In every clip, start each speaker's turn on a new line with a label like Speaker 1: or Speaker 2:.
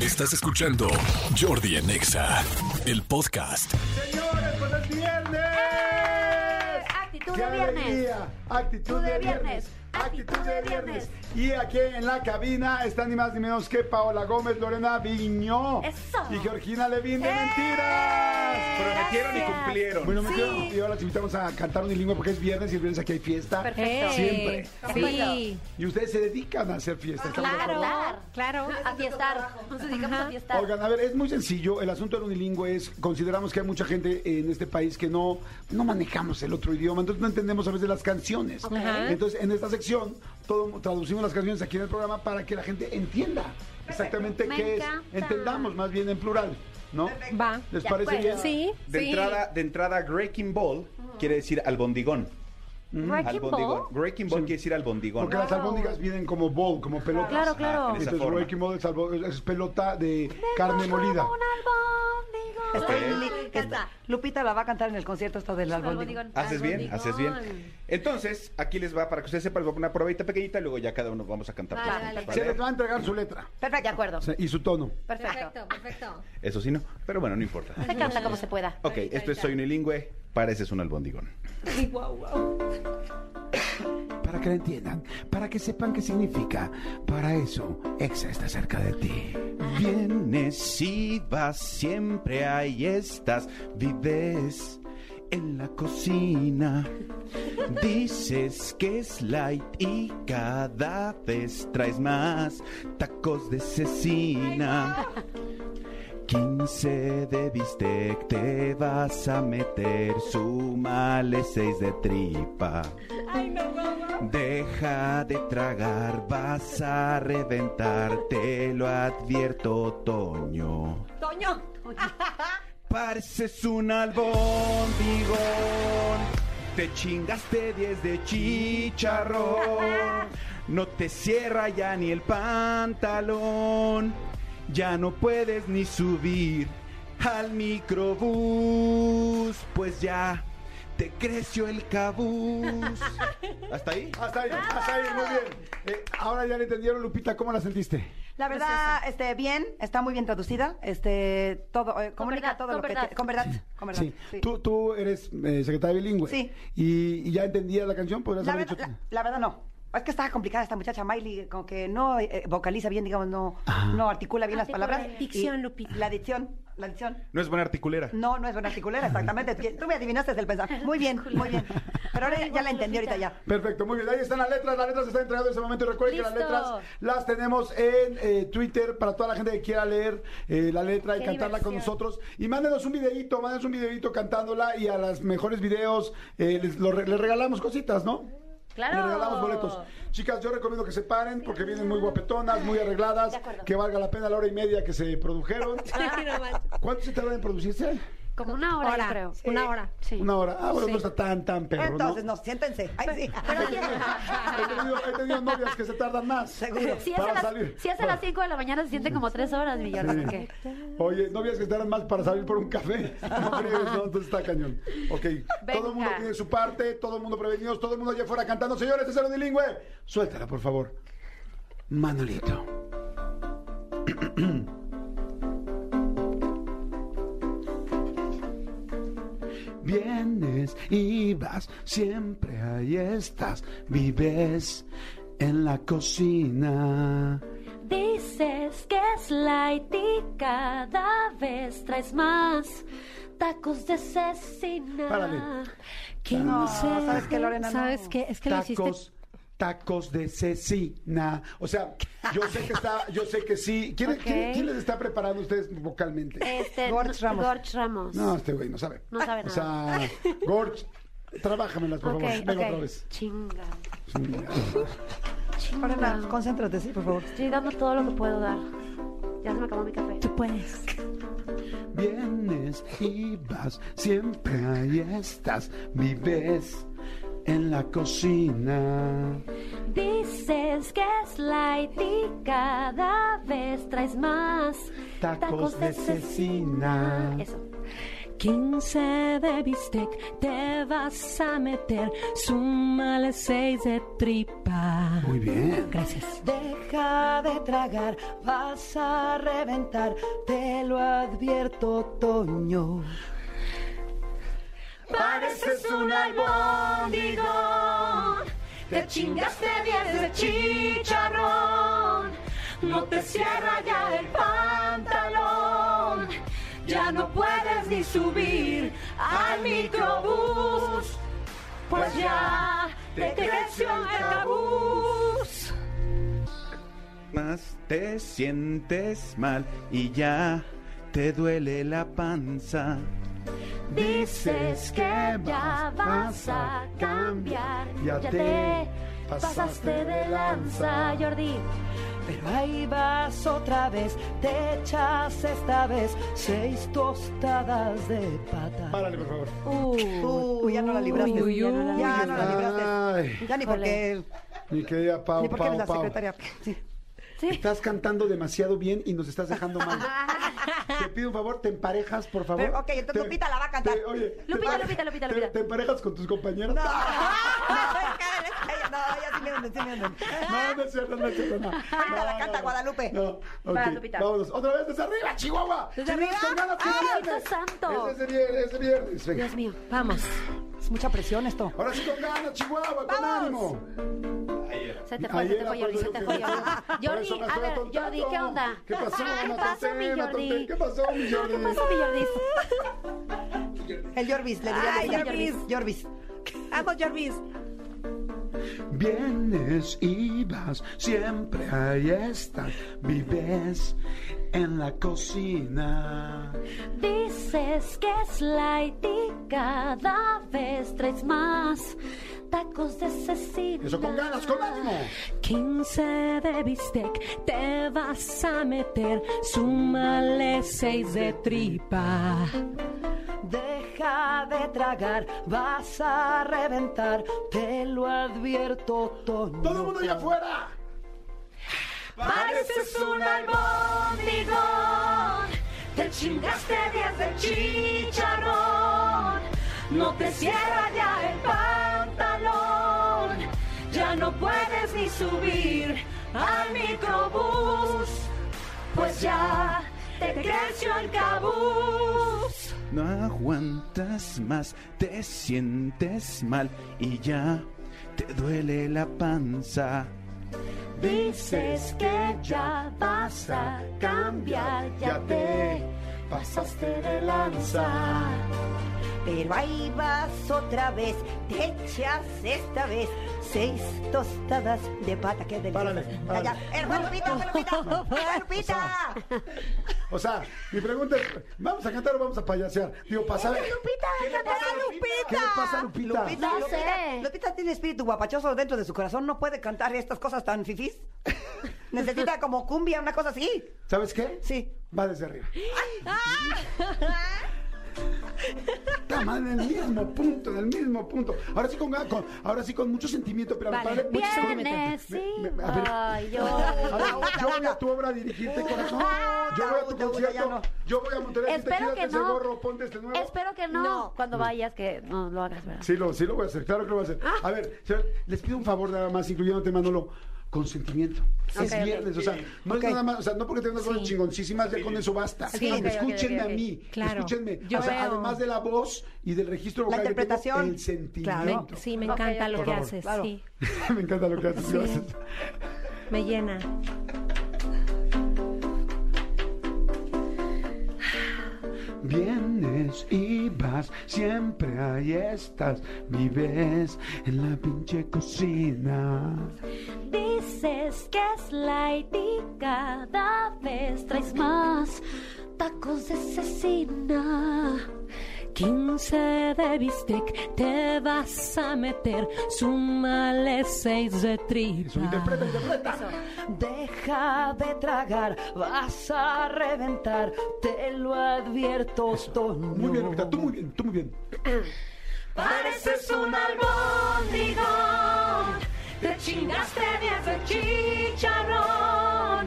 Speaker 1: Estás escuchando Jordi en Exa, el podcast.
Speaker 2: Señores, pues es viernes.
Speaker 3: Actitud
Speaker 2: ¡Qué
Speaker 3: de viernes.
Speaker 2: alegría! Actitud de viernes. Actitud de viernes. Y aquí en la cabina están ni más ni menos que Paola Gómez, Lorena Viñó
Speaker 3: Eso.
Speaker 2: y Georgina Levin de
Speaker 3: ¡Eh!
Speaker 2: Mentiras.
Speaker 4: Prometieron y
Speaker 3: Gracias.
Speaker 4: cumplieron.
Speaker 2: Bueno, me
Speaker 3: Sí.
Speaker 2: quedo- y ahora los invitamos a cantar unilingüe porque es viernes y el viernes aquí hay fiesta.
Speaker 3: Perfecto.
Speaker 2: Siempre.
Speaker 5: Sí,
Speaker 2: Y ustedes se dedican a hacer fiesta. ¿estamos de acuerdo?
Speaker 5: claro, claro.
Speaker 3: Claro. A fiestar. Nos dedicamos a fiestar.
Speaker 2: Oigan, a ver, es muy sencillo. El asunto del unilingüe es, consideramos que hay mucha gente en este país que no, no manejamos el otro idioma, entonces no entendemos a veces las canciones.
Speaker 5: Ajá.
Speaker 2: Entonces, en esta sección, todo, traducimos las canciones aquí en el programa para que la gente entienda exactamente
Speaker 3: Me
Speaker 2: qué
Speaker 3: encanta.
Speaker 2: es. Entendamos más bien en plural, ¿no?
Speaker 5: Va.
Speaker 2: ¿Les
Speaker 3: De
Speaker 2: parece
Speaker 3: acuerdo.
Speaker 2: bien?
Speaker 5: Sí,
Speaker 4: De
Speaker 5: sí.
Speaker 4: entrada, de entrada, Wrecking Ball quiere decir albondigón.
Speaker 3: Wrecking
Speaker 4: albondigón.
Speaker 3: Ball.
Speaker 4: Wrecking Ball quiere decir albondigón.
Speaker 2: Porque las albóndigas vienen como bowl, como pelotas.
Speaker 3: Claro, claro.
Speaker 4: Ah, en esa
Speaker 2: Entonces,
Speaker 4: forma.
Speaker 2: Wrecking Ball es, albo- es pelota de carne molida.
Speaker 3: Un albóndigo.
Speaker 6: Está
Speaker 4: Ok.
Speaker 6: en li-
Speaker 3: Me
Speaker 6: está-
Speaker 3: encanta.
Speaker 6: Lupita la va a cantar en el concierto esta del albóndigo.
Speaker 3: Albóndigo.
Speaker 4: Haces bien,
Speaker 3: Albóndigo.
Speaker 4: haces bien. Entonces, aquí les va, para que ustedes sepan, les voy a poner una probadita pequeñita y luego ya cada uno vamos a cantar.
Speaker 3: Vale,
Speaker 4: juntos,
Speaker 3: vale.
Speaker 2: Se les va a entregar su letra
Speaker 3: De
Speaker 6: Perfecto.
Speaker 3: acuerdo.
Speaker 2: o sea, y su tono.
Speaker 3: Perfecto.
Speaker 7: Perfecto, perfecto.
Speaker 4: Eso sí, no. Pero bueno, no importa.
Speaker 3: Se canta como se pueda.
Speaker 4: Ok,
Speaker 7: Ahí está,
Speaker 4: esto
Speaker 7: ahí
Speaker 4: es
Speaker 7: está.
Speaker 4: Soy Unilingüe, pareces un albondigón.
Speaker 2: para que la entiendan, para que sepan qué significa. Para eso, Exa está cerca de ti.
Speaker 4: Vienes y vas, siempre ahí estás, vives en la cocina. Dices que es light y cada vez traes más tacos de cecina. 15 de bistec te vas a meter, sumale 6 de tripa. Deja de tragar, vas a reventar, te lo advierto, Toño.
Speaker 6: Toño.
Speaker 4: Pareces un albondigón, te chingaste 10 de chicharrón, no te cierra ya ni el pantalón, ya no puedes ni subir al microbús, pues ya te creció el cabús. ¿Hasta ahí?
Speaker 2: Hasta ahí, hasta ahí, muy bien. Eh, ahora ya le entendieron, Lupita, ¿cómo la sentiste?
Speaker 6: La verdad, este, bien, está muy bien traducida. Este, todo, eh, comunica
Speaker 3: verdad,
Speaker 6: todo
Speaker 3: con
Speaker 6: lo que
Speaker 3: verdad.
Speaker 6: te- con verdad, con verdad.
Speaker 2: Sí.
Speaker 6: sí.
Speaker 2: Tú, tú eres eh, secretaria bilingüe.
Speaker 6: Sí.
Speaker 2: Y, y ya entendías la canción, podrías
Speaker 6: La
Speaker 2: haber
Speaker 6: verdad,
Speaker 2: dicho.
Speaker 6: la- la verdad no. Es que está complicada esta muchacha Miley, como que no eh, vocaliza bien, digamos, no, no articula bien las
Speaker 3: Articula
Speaker 6: palabras.
Speaker 3: bien.
Speaker 5: Dicción,
Speaker 6: Y
Speaker 5: Lupita.
Speaker 6: La dicción, la dicción.
Speaker 4: No es buena articulera.
Speaker 6: No, no es buena articulera, exactamente. Tú me adivinaste el pensamiento. Muy bien, muy bien. Pero ahora ya la entendí ahorita ya.
Speaker 2: Perfecto, muy bien. Ahí están las letras, las letras se están entregando en ese momento. Y recuerden que las
Speaker 3: Listo.
Speaker 2: letras las tenemos en eh, Twitter para toda la gente que quiera leer eh, la letra y
Speaker 3: Qué
Speaker 2: cantarla con
Speaker 3: diversión.
Speaker 2: nosotros. Y mándenos un videito, mándenos un videito cantándola y a los mejores videos eh, les, lo re- les regalamos cositas, ¿no?
Speaker 3: Claro.
Speaker 2: Les regalamos boletos. Chicas, yo recomiendo que se paren porque vienen muy guapetonas, muy arregladas,
Speaker 3: De acuerdo.
Speaker 2: que valga la pena la hora y media que se produjeron. ¿Cuánto se tardan en producirse?
Speaker 3: Como una hora, yo creo.
Speaker 5: Una hora.
Speaker 3: Sí.
Speaker 2: Una hora. Ah, bueno,
Speaker 3: Sí.
Speaker 2: no está tan, tan perro, ¿no?
Speaker 6: Entonces, no, siéntense. Ay, sí.
Speaker 2: He tenido, he tenido novias que se tardan más.
Speaker 6: Seguro.
Speaker 3: Si es,
Speaker 2: Para
Speaker 3: a las,
Speaker 2: salir.
Speaker 3: si es a las 5 de la mañana, se siente como 3 horas, mi Jordi,
Speaker 2: Sí.
Speaker 3: porque-
Speaker 2: Oye, novias que se tardan más para salir por un café. No crees, no, entonces está cañón. Ok, todo el mundo
Speaker 3: Venga.
Speaker 2: tiene su parte, todo el mundo prevenidos, todo el mundo allá afuera cantando. Señores, este es el unilingüe. Suéltala, por favor. Manolito. Vienes y vas, siempre ahí estás, vives en la cocina.
Speaker 3: Dices que es light y cada vez traes más tacos de cecina.
Speaker 2: Párale.
Speaker 5: ¿Qué
Speaker 6: No, ¿sabes qué, Lorena? No.
Speaker 5: ¿Sabes qué? Es que lo hiciste.
Speaker 2: tacos, tacos de cecina. O sea, yo sé que está, yo sé que sí. ¿Quién, quién- quién les está preparando a ustedes vocalmente?
Speaker 3: Este,
Speaker 6: Gorch Ramos.
Speaker 3: Gorch Ramos.
Speaker 2: No, este güey no sabe.
Speaker 3: No sabe
Speaker 2: O sea, Gorge, trabájamelas, por
Speaker 3: Ok,
Speaker 2: favor. Venga
Speaker 3: ok.
Speaker 2: otra vez.
Speaker 3: Chinga.
Speaker 6: Lorena, concéntrate, sí, por favor.
Speaker 3: Estoy dando todo lo que puedo dar. Ya se me acabó mi café.
Speaker 5: Tú puedes.
Speaker 2: Vienes y vas, siempre ahí estás, vives en la cocina.
Speaker 3: Dices que es light y cada vez traes más
Speaker 2: Tacos de cecina.
Speaker 3: Eso. 15 de bistec te vas a meter, súmale 6 de tripa.
Speaker 2: Muy bien.
Speaker 8: Gracias.
Speaker 3: Deja de tragar, vas a reventar, te lo advierto, Toño.
Speaker 2: Pareces un albóndigo.
Speaker 3: Te chingaste 10 de chicharrón, no te cierra ya el pantalón. Ya no puedes ni subir al microbús, pues ya te creció el cabús.
Speaker 4: Más te sientes mal y ya te duele la panza.
Speaker 7: Dices que ya vas a cambiar. Ya te pasaste de lanza, Jordi.
Speaker 3: Pero ahí vas otra vez, te echas esta vez seis tostadas de pata.
Speaker 2: Párale, por favor.
Speaker 6: Uy, ya no la libraste.
Speaker 3: Uy,
Speaker 6: ya no la,
Speaker 3: uy,
Speaker 6: ya no la
Speaker 2: Ay.
Speaker 6: libraste. Ya ni porque,
Speaker 2: Mi querida Pau,
Speaker 6: ni porque eres
Speaker 2: Pau,
Speaker 6: la
Speaker 2: Pau.
Speaker 6: secretaria. Sí.
Speaker 2: Estás cantando demasiado bien y nos estás dejando mal. Te pido un favor, te emparejas, por favor.
Speaker 6: Pero, ok, entonces
Speaker 2: Te-
Speaker 6: Lupita la va a cantar.
Speaker 2: te- oye, te-
Speaker 7: Lupita, Lupita, Lupita,
Speaker 2: te-
Speaker 7: Lupita.
Speaker 2: ¿Te emparejas con tus compañeros?
Speaker 6: No, no, no, ya sí me hunden, sí me hunden.
Speaker 2: No, no es cierto, no es cierto. No.
Speaker 7: Ah,
Speaker 6: Ahorita la
Speaker 2: No,
Speaker 6: canta
Speaker 2: no,
Speaker 6: Guadalupe.
Speaker 2: No, ok.
Speaker 7: Para Lupita.
Speaker 2: Vámonos. Otra vez desde arriba, Chihuahua.
Speaker 8: ¿Desde
Speaker 2: Si
Speaker 8: arriba?
Speaker 2: vienes con ganas, es
Speaker 7: ¡Ay,
Speaker 2: viernes.
Speaker 7: Dios Ah, santo!
Speaker 2: Es ese viernes, es ese viernes. Venga.
Speaker 8: Dios mío, vamos.
Speaker 6: Es mucha presión esto.
Speaker 2: Ahora sí con ganas, Chihuahua, con
Speaker 6: ¡Vamos!
Speaker 2: ánimo.
Speaker 7: Se te fue, se te fue, Jordi, se te fue, Jordi.
Speaker 2: Por eso
Speaker 7: Jordi,
Speaker 2: me
Speaker 7: a
Speaker 2: estoy
Speaker 7: ver,
Speaker 2: atontando.
Speaker 7: Jordi, ¿qué onda?
Speaker 2: ¿Qué pasó,
Speaker 7: Ay,
Speaker 2: me
Speaker 7: pasa,
Speaker 2: atonté,
Speaker 7: mi
Speaker 2: me atonté?
Speaker 7: Jordi?
Speaker 2: ¿Qué pasó, mi Jordi?
Speaker 7: ¿Qué pasó, mi Jordi?
Speaker 6: El Jorvis, le diría
Speaker 7: Ay,
Speaker 6: el
Speaker 7: Jorvis.
Speaker 6: Jorvis. Vamos, Jorvis.
Speaker 2: Vienes y vas, siempre ahí estás, vives en la cocina.
Speaker 7: Dices que es light y cada vez traes más tacos de cecina.
Speaker 2: Eso con ganas, con ánimo.
Speaker 3: 15 de bistec te vas a meter, súmale 6 de tripa. Deja de tragar, vas a reventar, te lo advierto, Toño.
Speaker 2: Todo el mundo allá afuera.
Speaker 3: Pareces un albóndigón, te chingaste 10 de chicharrón, no te cierra ya el pantalón, ya no puedes ni subir al microbús, pues ya te creció el cabús.
Speaker 4: No aguantas más, te sientes mal y ya te duele la panza.
Speaker 7: Dices que ya vas a cambiar, ya te pasaste de lanza.
Speaker 6: Pero ahí vas otra vez, te echas esta vez seis tostadas de pata, qué delicioso.
Speaker 2: Párale,
Speaker 6: Ya,
Speaker 2: párale.
Speaker 6: ya. Eh, ¡Fue Lupita, fue Lupita! ¡Fue Lupita!
Speaker 2: O sea, mi pregunta es, ¿vamos a cantar o vamos a payasear? Digo, pasa.
Speaker 6: ¡Lupita,
Speaker 2: ¿Qué le
Speaker 6: canta
Speaker 2: pasa a
Speaker 6: la
Speaker 2: Lupita?
Speaker 6: Lupita!
Speaker 2: ¿Qué le pasa a Lupita?
Speaker 6: Lupita,
Speaker 7: No
Speaker 6: Lupita,
Speaker 7: sé.
Speaker 6: Lupita tiene espíritu guapachoso dentro de su corazón, no puede cantar estas cosas tan fifís. Necesita como cumbia, una cosa así.
Speaker 2: ¿Sabes qué?
Speaker 6: Sí.
Speaker 2: Va desde arriba.
Speaker 6: Ah.
Speaker 2: Está en el mismo punto, en el mismo punto. Ahora sí con, ga- con- ahora sí con mucho sentimiento, pero
Speaker 8: Vale,
Speaker 2: padre, mucho sentimiento.
Speaker 7: Vienes
Speaker 2: Me-
Speaker 7: y
Speaker 2: me- a ver.
Speaker 6: Ah.
Speaker 7: ay,
Speaker 2: A ver,
Speaker 7: Jordi.
Speaker 2: yo voy a tu obra a dirigirte, corazón. Yo voy a tu
Speaker 6: Daúl, Daúl, Ah, ya
Speaker 2: concierto.
Speaker 6: no.
Speaker 2: Yo voy a Monterrey. Si te
Speaker 7: Espero
Speaker 2: quítate
Speaker 7: que
Speaker 2: ese
Speaker 7: no.
Speaker 2: gorro, ponte este nuevo.
Speaker 7: Espero que no. Cuando vayas, que no lo hagas, ¿verdad?
Speaker 2: Sí lo, sí lo voy a hacer, claro que lo voy a hacer. A ver, señor, les pido un favor nada más, incluyéndote, Manolo, consentimiento.
Speaker 7: Ok,
Speaker 2: es
Speaker 7: ok.
Speaker 2: viernes, o sea, no
Speaker 6: Ok.
Speaker 2: es nada más, o sea, no porque tengo unas cosas chingoncísimas, ya con eso basta.
Speaker 8: Sí.
Speaker 2: No,
Speaker 8: Ok, ok,
Speaker 2: escúchenme
Speaker 7: ok, ok.
Speaker 2: a mí,
Speaker 8: Claro.
Speaker 2: escúchenme.
Speaker 8: Yo
Speaker 2: o sea,
Speaker 8: veo.
Speaker 2: además de la voz y del registro vocal, que tengo,
Speaker 6: interpretación.
Speaker 2: el sentimiento.
Speaker 8: Me- sí, me
Speaker 7: Ok,
Speaker 8: encanta
Speaker 7: ok,
Speaker 8: lo
Speaker 7: por
Speaker 8: que
Speaker 2: favor.
Speaker 8: haces.
Speaker 6: Claro.
Speaker 8: Sí,
Speaker 2: Me encanta lo que haces,
Speaker 8: Sí.
Speaker 2: gracias.
Speaker 8: me llena.
Speaker 2: Vienes y vas, siempre ahí estás, vives en la pinche cocina.
Speaker 7: Dices que es light y cada vez traes más tacos de cecina.
Speaker 3: 15 de bistec te vas a meter, súmale 6 de
Speaker 2: Eso,
Speaker 3: tripa.
Speaker 2: interpreta, interpreta.
Speaker 3: Deja de tragar, vas a reventar, te lo advierto, Toño.
Speaker 2: Muy bien, Lupita, tú muy bien, tú muy bien.
Speaker 3: Pareces un albóndigón, te chingaste 10 de chicharrón,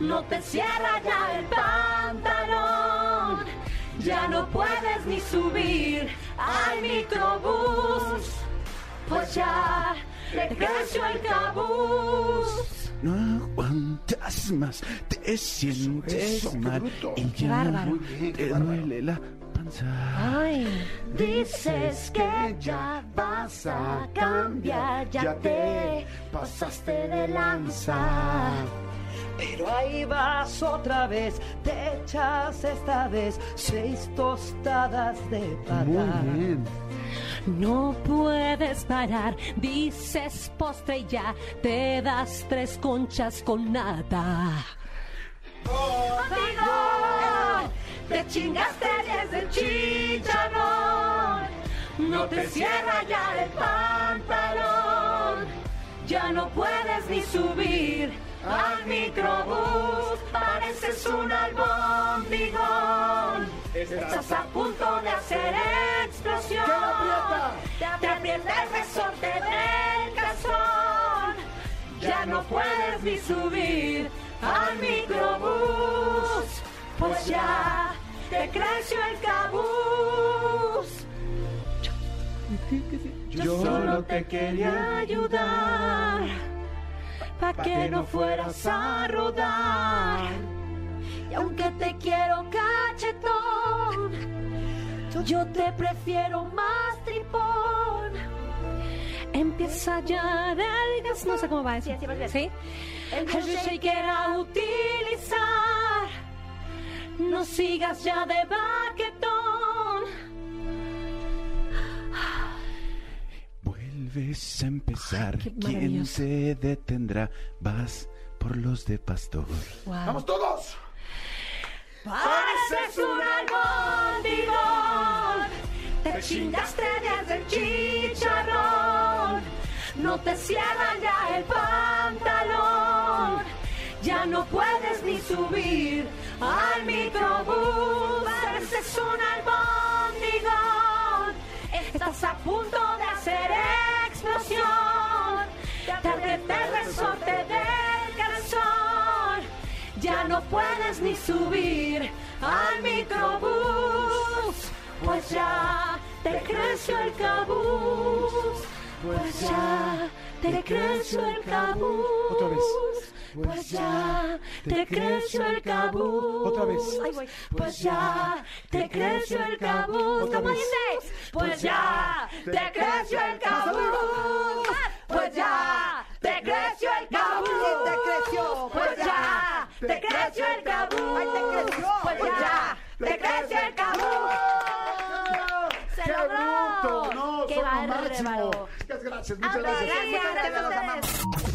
Speaker 3: no te cierra ya el pantalón, ya no puedes ni subir al microbús, pues ya le creció el cabús.
Speaker 4: No aguantas más, te sientes
Speaker 2: eso, qué
Speaker 4: mal.
Speaker 2: bruto.
Speaker 4: Y
Speaker 2: Qué
Speaker 4: ya
Speaker 5: bárbaro.
Speaker 2: Muy bien, qué
Speaker 4: Te
Speaker 2: bárbaro. Ah,
Speaker 4: duele la panza.
Speaker 5: Ay,
Speaker 3: Dices que ya vas a cambiar, ya te pasaste de lanza.
Speaker 7: Pero ahí vas otra vez, te echas esta vez seis tostadas de patada.
Speaker 2: Muy bien.
Speaker 5: no puedes parar, dices postre y ya te das tres conchas con nada.
Speaker 3: Contigo te chingaste desde el chicharrón, no te cierra ya el pantalón, ya no puedes ni subir al microbús, pareces un albóndigón. Estás a punto de hacer explosión. Te aprieta el resorte del calzón. Ya no puedes ni subir al microbús. Pues ya te creció el cabús. Yo solo te quería ayudar. Pa' que no fueras a rodar. Y aunque te quiero cachetón, yo te prefiero más tripón.
Speaker 5: Empieza ya nalgas, no sé cómo va eso.
Speaker 3: Sí, así va a ser.
Speaker 5: ¿Sí?
Speaker 3: El
Speaker 5: Hashtag
Speaker 3: handshake era utilizar. No sigas ya de baquetón.
Speaker 4: Vuelves a empezar.
Speaker 5: qué
Speaker 4: ¿Quién
Speaker 5: maravilloso.
Speaker 4: se detendrá? Vas por los de pastor.
Speaker 5: Guau.
Speaker 2: ¡Vamos todos!
Speaker 3: Pareces un albóndigón. Te chingaste desde el chicharrón. No te cierra ya el pantalón. Ya no puedes ni subir al microbús. Pareces un albóndigón. Estás a punto de hacer explosión. Te aprieta el resorte del calzón. Ya no puedes ni subir al microbús, pues ya te creció el cabús, pues ya te creció el cabús,
Speaker 2: Otra vez.
Speaker 3: pues ya te creció el cabús,
Speaker 2: Otra vez.
Speaker 3: Ay, güey. pues ya te creció el cabús,
Speaker 2: Otra
Speaker 3: ¿cómo
Speaker 2: vez.
Speaker 3: dices? Pues ya te creció el cabús, pues ya te creció el cabús,
Speaker 6: Sí, te creció,
Speaker 3: pues ya. ¡Te creció el cabú!
Speaker 6: ¡Ay, te creció!
Speaker 3: ¡Pues ya! ¡Te creció el cabú! ¡Se
Speaker 2: ¡Qué bruto!
Speaker 3: logró!
Speaker 2: ¡No,
Speaker 3: ¡Qué
Speaker 2: son lo máximo!
Speaker 3: bárbaro!
Speaker 2: Muchas gracias, muchas
Speaker 3: ¡Muchas
Speaker 2: gracias.
Speaker 3: gracias!